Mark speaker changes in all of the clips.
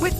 Speaker 1: With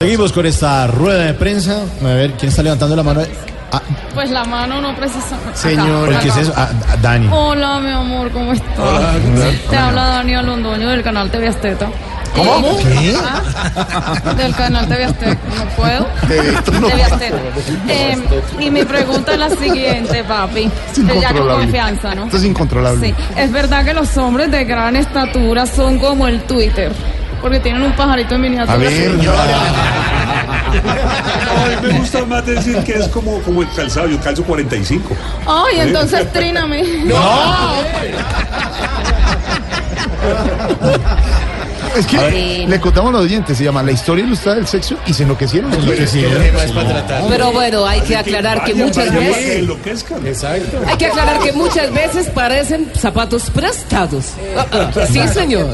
Speaker 2: Seguimos con esta rueda de prensa. A ver, ¿quién está levantando la mano? Ah,
Speaker 3: Pues la mano no precisamente.
Speaker 2: señor,
Speaker 3: Acá,
Speaker 2: ¿qué es
Speaker 3: acá.
Speaker 2: eso? Ah, ah, Dani.
Speaker 3: Hola, mi amor, ¿cómo estás? Te habla Dani Londoño del canal TV Azteca.
Speaker 2: ¿Cómo? ¿Qué?
Speaker 3: Ah, Del canal TV Azteca, no puedo. TV Azteca. Eh, y mi pregunta es la siguiente, papi. Eh, Ya con confianza, ¿no?
Speaker 4: Esto es incontrolable.
Speaker 3: Sí, es verdad que los hombres de gran estatura son como el Twitter, porque tienen un pajarito en miniatura.
Speaker 2: A ver,
Speaker 5: A mí me gusta más decir que es como, como el calzado. Yo calzo 45.
Speaker 3: Ay, entonces tríname.
Speaker 4: Es que le contamos a los oyentes, se llama La historia ilustrada del sexo y se enloquecieron.
Speaker 6: Pero bueno, hay que aclarar que muchas veces
Speaker 5: enloquezcan.
Speaker 6: hay que aclarar que muchas veces parecen zapatos prestados. Ah, ah, Sí, señor.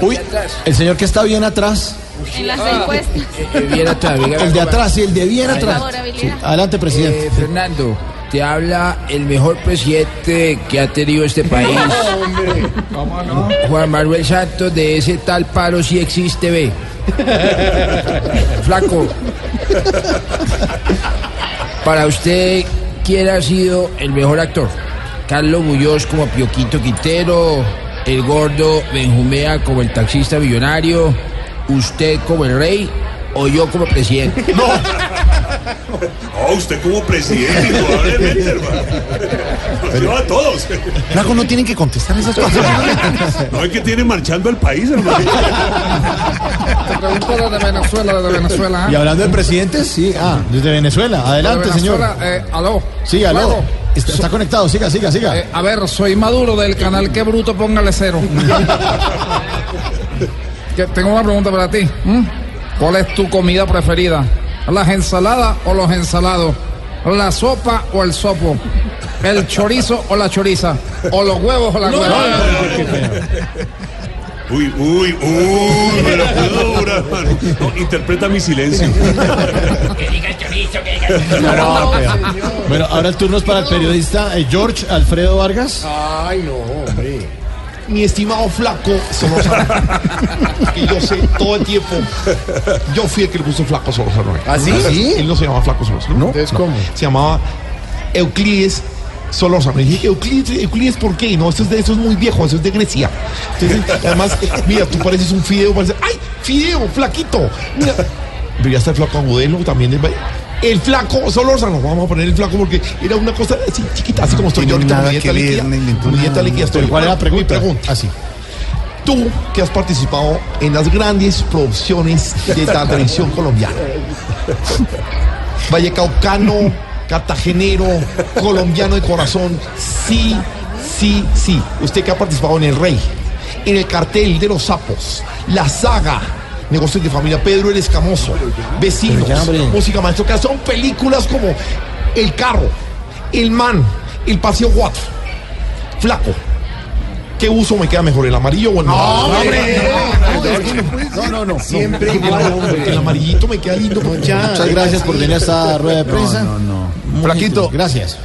Speaker 2: Uy, el señor que está bien atrás.
Speaker 3: En las
Speaker 6: Ah.
Speaker 3: encuestas.
Speaker 2: El de atrás, sí, el de bien atrás.
Speaker 3: Favorabilidad.
Speaker 2: Sí. Adelante, presidente.
Speaker 7: Eh, Fernando, te habla el mejor presidente que ha tenido este país. Juan Manuel Santos, de ese tal paro si existe, ve. Flaco, para usted, ¿quién ha sido el mejor actor? Carlos Muñoz como Pioquito Quintero, el gordo Benjumea como el taxista millonario, usted como el rey o yo como presidente.
Speaker 5: Oh, usted como presidente, indudablemente, hermano. Nos lleva a todos.
Speaker 2: Eh,
Speaker 4: Flaco, no tienen que contestar esas cosas.
Speaker 5: No es que tiene marchando al país, hermano.
Speaker 7: Pregunto desde Venezuela, desde Venezuela. ¿eh?
Speaker 2: Y hablando de presidentes, sí, ah, desde Venezuela. Adelante, señor.
Speaker 7: eh, aló. Eh,
Speaker 2: Sí, aló. Está, está conectado, siga, siga, siga.
Speaker 7: a ver, soy Maduro del canal Que Bruto, póngale cero. Que tengo una pregunta para ti. ¿m? ¿Cuál es tu comida preferida? ¿Las ensaladas o los ensalados? ¿La sopa o el sopo? ¿El chorizo o la choriza? ¿O los huevos o la hueva?
Speaker 5: Uy, uy, uy, me la puedo durar, hermano. No, interpreta mi silencio.
Speaker 2: No, fea. Bueno, ahora el turno es para el periodista eh, George Alfredo Vargas.
Speaker 4: Ay, no, hombre. Mi estimado Flaco Solórzano, que yo sé todo el tiempo, yo fui el que le puso Flaco Solórzano. ¿Ah, sí? Él no se llamaba Flaco Solórzano. ¿No? ¿Es cómo? Se llamaba Euclides Solórzano. Y dije, Euclides, Euclides, ¿por qué? Y No, eso es, de, eso es muy viejo, eso es de Grecia. Entonces, además, mira, tú pareces un fideo, pareces, ¡ay, fideo, flaquito! Mira, debería estar flaco a modelo también. del ba- El flaco Solórzano, vamos a poner el flaco porque era una cosa así chiquita, así como estoy yo ahorita, mi dieta líquida. Mi dieta líquida estoy.
Speaker 2: Pero ¿cuál era la
Speaker 4: Mi
Speaker 2: pregunta? Ah,
Speaker 4: pregunta
Speaker 2: Así.
Speaker 4: tú que has participado en las grandes producciones de la televisión colombiana. Vallecaucano, cartagenero, colombiano de corazón, sí, sí, sí. Usted que ha participado en El Rey, en El Cartel de los Sapos, La Saga, Negocios de Familia, Pedro el Escamoso, Vecinos,
Speaker 2: Pero ya, hombre.
Speaker 4: Música Maestro, que son películas como El Carro, El Man, El Paseo 4, Flaco. ¿Qué uso me queda mejor, el amarillo o el morado?
Speaker 2: No, no, no. Siempre
Speaker 4: El amarillito me queda lindo.
Speaker 2: Muchas gracias por venir a esta rueda de prensa.
Speaker 4: Flaquito.
Speaker 2: Gracias.